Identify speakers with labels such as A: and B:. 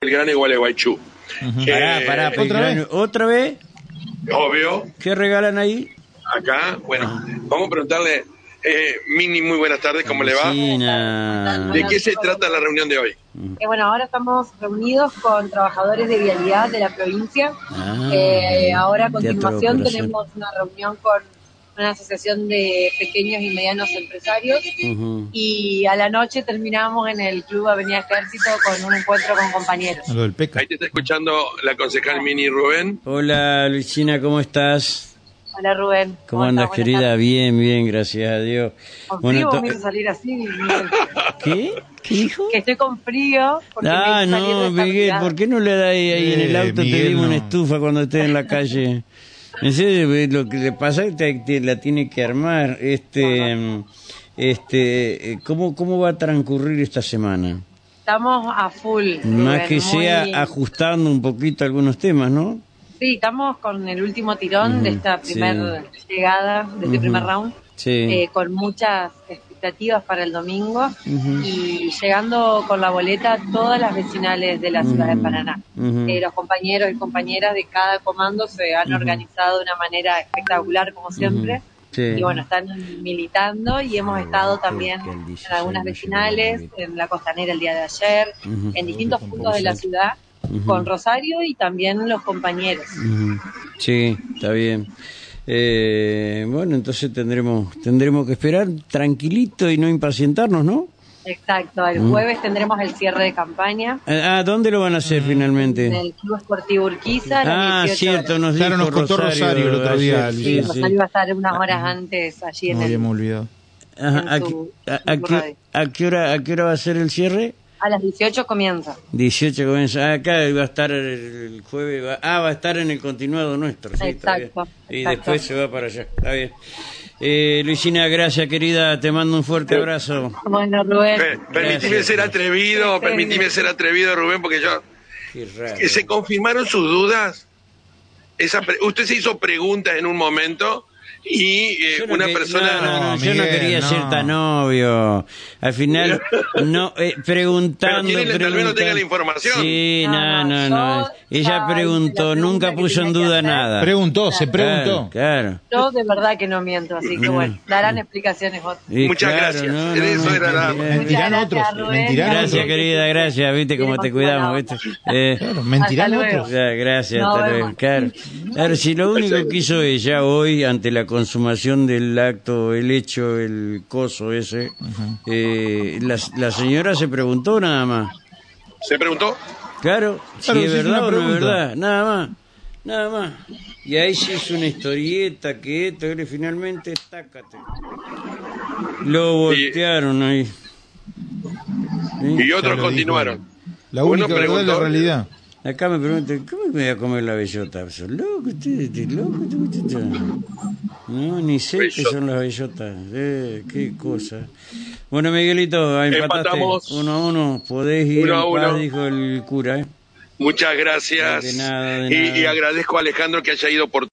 A: el Gran Gualeguaychú. Eh,
B: Pará, pará, pues,
C: ¿otra
B: gran-
C: vez?
B: ¿otra vez?
A: Obvio,
B: ¿Qué regalan ahí?
A: acá, bueno, vamos a preguntarle, eh, Mini, muy buenas tardes, ¿cómo le va?
B: China.
A: ¿De qué se trata la reunión de hoy?
D: Eh, bueno, ahora estamos reunidos con trabajadores de vialidad de la provincia.
B: Ah,
D: Eh, ahora a
B: teatro
D: continuación
B: corazón.
D: tenemos una reunión con una asociación de pequeños y medianos empresarios
B: Ujú.
D: y a la noche terminamos en el Club Avenida Ejército con un encuentro con compañeros.
C: A Lo del peca.
A: Ahí te está escuchando la concejal Mini Rubén.
B: Hola, Luisina, ¿cómo estás?
D: Hola Rubén.
B: ¿Cómo andas,
D: estás? Buenas
B: querida?
D: tardes.
B: Bien, bien, gracias a Dios.
D: Con
B: Bueno,
D: frío
B: to-
D: vos me hizo salir así, Miguel.
B: ¿Qué? ¿Qué dijo?
D: que estoy con frío. Porque
B: Ah,
D: me hizo salir de
B: no,
D: esta
B: Miguel,
D: mirada.
B: ¿por qué no le das ahí, ahí en el
C: Eh,
B: auto? te
C: Miguel,
B: dimos una
C: no.
B: estufa cuando estés en la calle. En serio, eh, lo que le pasa es que te- te la tiene que armar. Este, mm, este, eh, ¿cómo, ¿Cómo va a transcurrir esta semana?
D: Estamos a full.
B: Más
D: Rubén,
B: que
D: muy-
B: sea ajustando un poquito algunos temas, ¿no?
D: Sí, estamos con el último tirón de esta
B: sí.
D: primera llegada, de este
B: Ujú.
D: primer round,
B: Sí.
D: eh, con muchas expectativas para el domingo
B: Ujú.
D: y llegando con la boleta a todas las vecinales de la ciudad de
B: Ujú.
D: Paraná.
B: Ujú.
D: Eh, los compañeros y compañeras de cada comando se han organizado de una manera espectacular, como siempre.
B: Sí.
D: Y bueno, están militando y hemos estado también
B: que el
D: en
B: 16
D: algunas
B: no
D: vecinales,
B: llegó
D: en la costanera el día de ayer,
B: Ujú.
D: en distintos puntos de la ciudad, con Rosario y también los compañeros.
B: Ujú. Sí, está bien. Eh, bueno, entonces tendremos tendremos que esperar tranquilito y no impacientarnos, ¿no?
D: Exacto, el jueves tendremos el cierre de campaña
B: Ah, ¿dónde lo van a hacer finalmente?
D: Mm, en el Club Esportivo Urquiza. a las
B: Ah,
D: 18
B: cierto,
D: horas.
B: nos
C: Claro,
B: dijo
C: nos contó Rosario el otro día,
B: ayer,
D: Sí,
B: sí,
C: Luciana.
D: Rosario
B: sí.
D: va a estar unas horas antes allí en
C: No
D: el-
C: habíamos olvidado.
B: Ajá, ¿a,
D: en
B: qué-
D: su-
B: a- a
D: en su
B: qué-
D: radio.
B: a qué hora, ¿A qué hora va a ser el cierre?
D: A las 18 comienza.
B: 18 comienza. Ah, Acá va a estar el, el jueves. va- ah, va a estar en el continuado nuestro. sí, está bien.
D: Exacto,
B: Y
D: exacto.
B: después se va para allá. Está bien. Eh, Luisina, gracias querida. Te mando un fuerte abrazo.
D: Bueno, Rubén.
A: Pe- Permitime
B: Gracias.
A: ser atrevido, permitime ser atrevido, Rubén, porque yo...
B: Qué raro.
A: que ¿Se confirmaron sus dudas? Esa pre- usted se hizo preguntas en un momento y eh,
B: Yo no
A: una
B: que-
A: persona...
B: no, no, yo no
C: Miguel,
B: quería
C: no.
B: ser tan obvio. Al final, no, eh, preguntando.
A: Pero tiene- tal vez no
B: preguntando.
A: tenga la información.
B: Sí, no,
D: No,
B: no,
D: no,
B: no.
D: yo,
B: Ella
D: ay,
B: preguntó,
D: la pregunta
B: nunca
D: que
B: puso en
D: tenía que
B: duda
D: hacer.
B: nada.
C: Preguntó, se preguntó.
B: Ah. Claro, claro.
D: Yo de verdad que no miento, así
B: Mm.
D: que bueno, darán explicaciones otras.
B: Y
A: Muchas
B: claro,
A: gracias.
B: no, no,
A: Eso
B: no,
A: era nada.
B: bien.
C: Mentirán
D: Muchas
C: otros.
D: gracias, Rubén.
C: Mentirán
B: Gracias,
C: otros.
B: querida, gracias. Viste cómo te cuidamos, viste. Eh,
C: Claro, mentirán
D: Hasta
C: otros.
D: luego.
B: Ya, gracias,
D: No,
B: hasta
D: vemos.
B: luego. Claro. Claro, si lo único que hizo ella hoy, ante la consumación del acto, el hecho, el coso ese, eh, la, la señora se preguntó nada más.
A: ¿Se preguntó?
B: Claro,
C: Claro,
B: si es
C: se hizo una
B: verdad o no es
C: pregunta.
B: verdad, nada más, nada más. Y ahí se hizo una historieta que esto, y finalmente, tácate. Lo voltearon ahí.
A: Y
C: Ya
A: otros
C: lo
A: continuaron.
C: dijo. La
A: Uno
C: única verdad es la
A: preguntó-
C: realidad.
B: Acá me preguntan, ¿cómo me voy a comer la bellota? ¿Sos loco usted? ¿Estás loco? ¿Te gusta esta? No, ni sé qué
A: Bellota.
B: son las bellotas. Eh, qué cosa. Bueno, Miguelito, empataste.
A: Empatamos.
B: Uno a uno. Podés ir
A: Uno a
B: en paz,
A: uno.
B: dijo el cura. ¿eh?
A: Muchas gracias.
B: De nada, de
A: Y-
B: nada.
A: y agradezco a Alejandro que haya ido por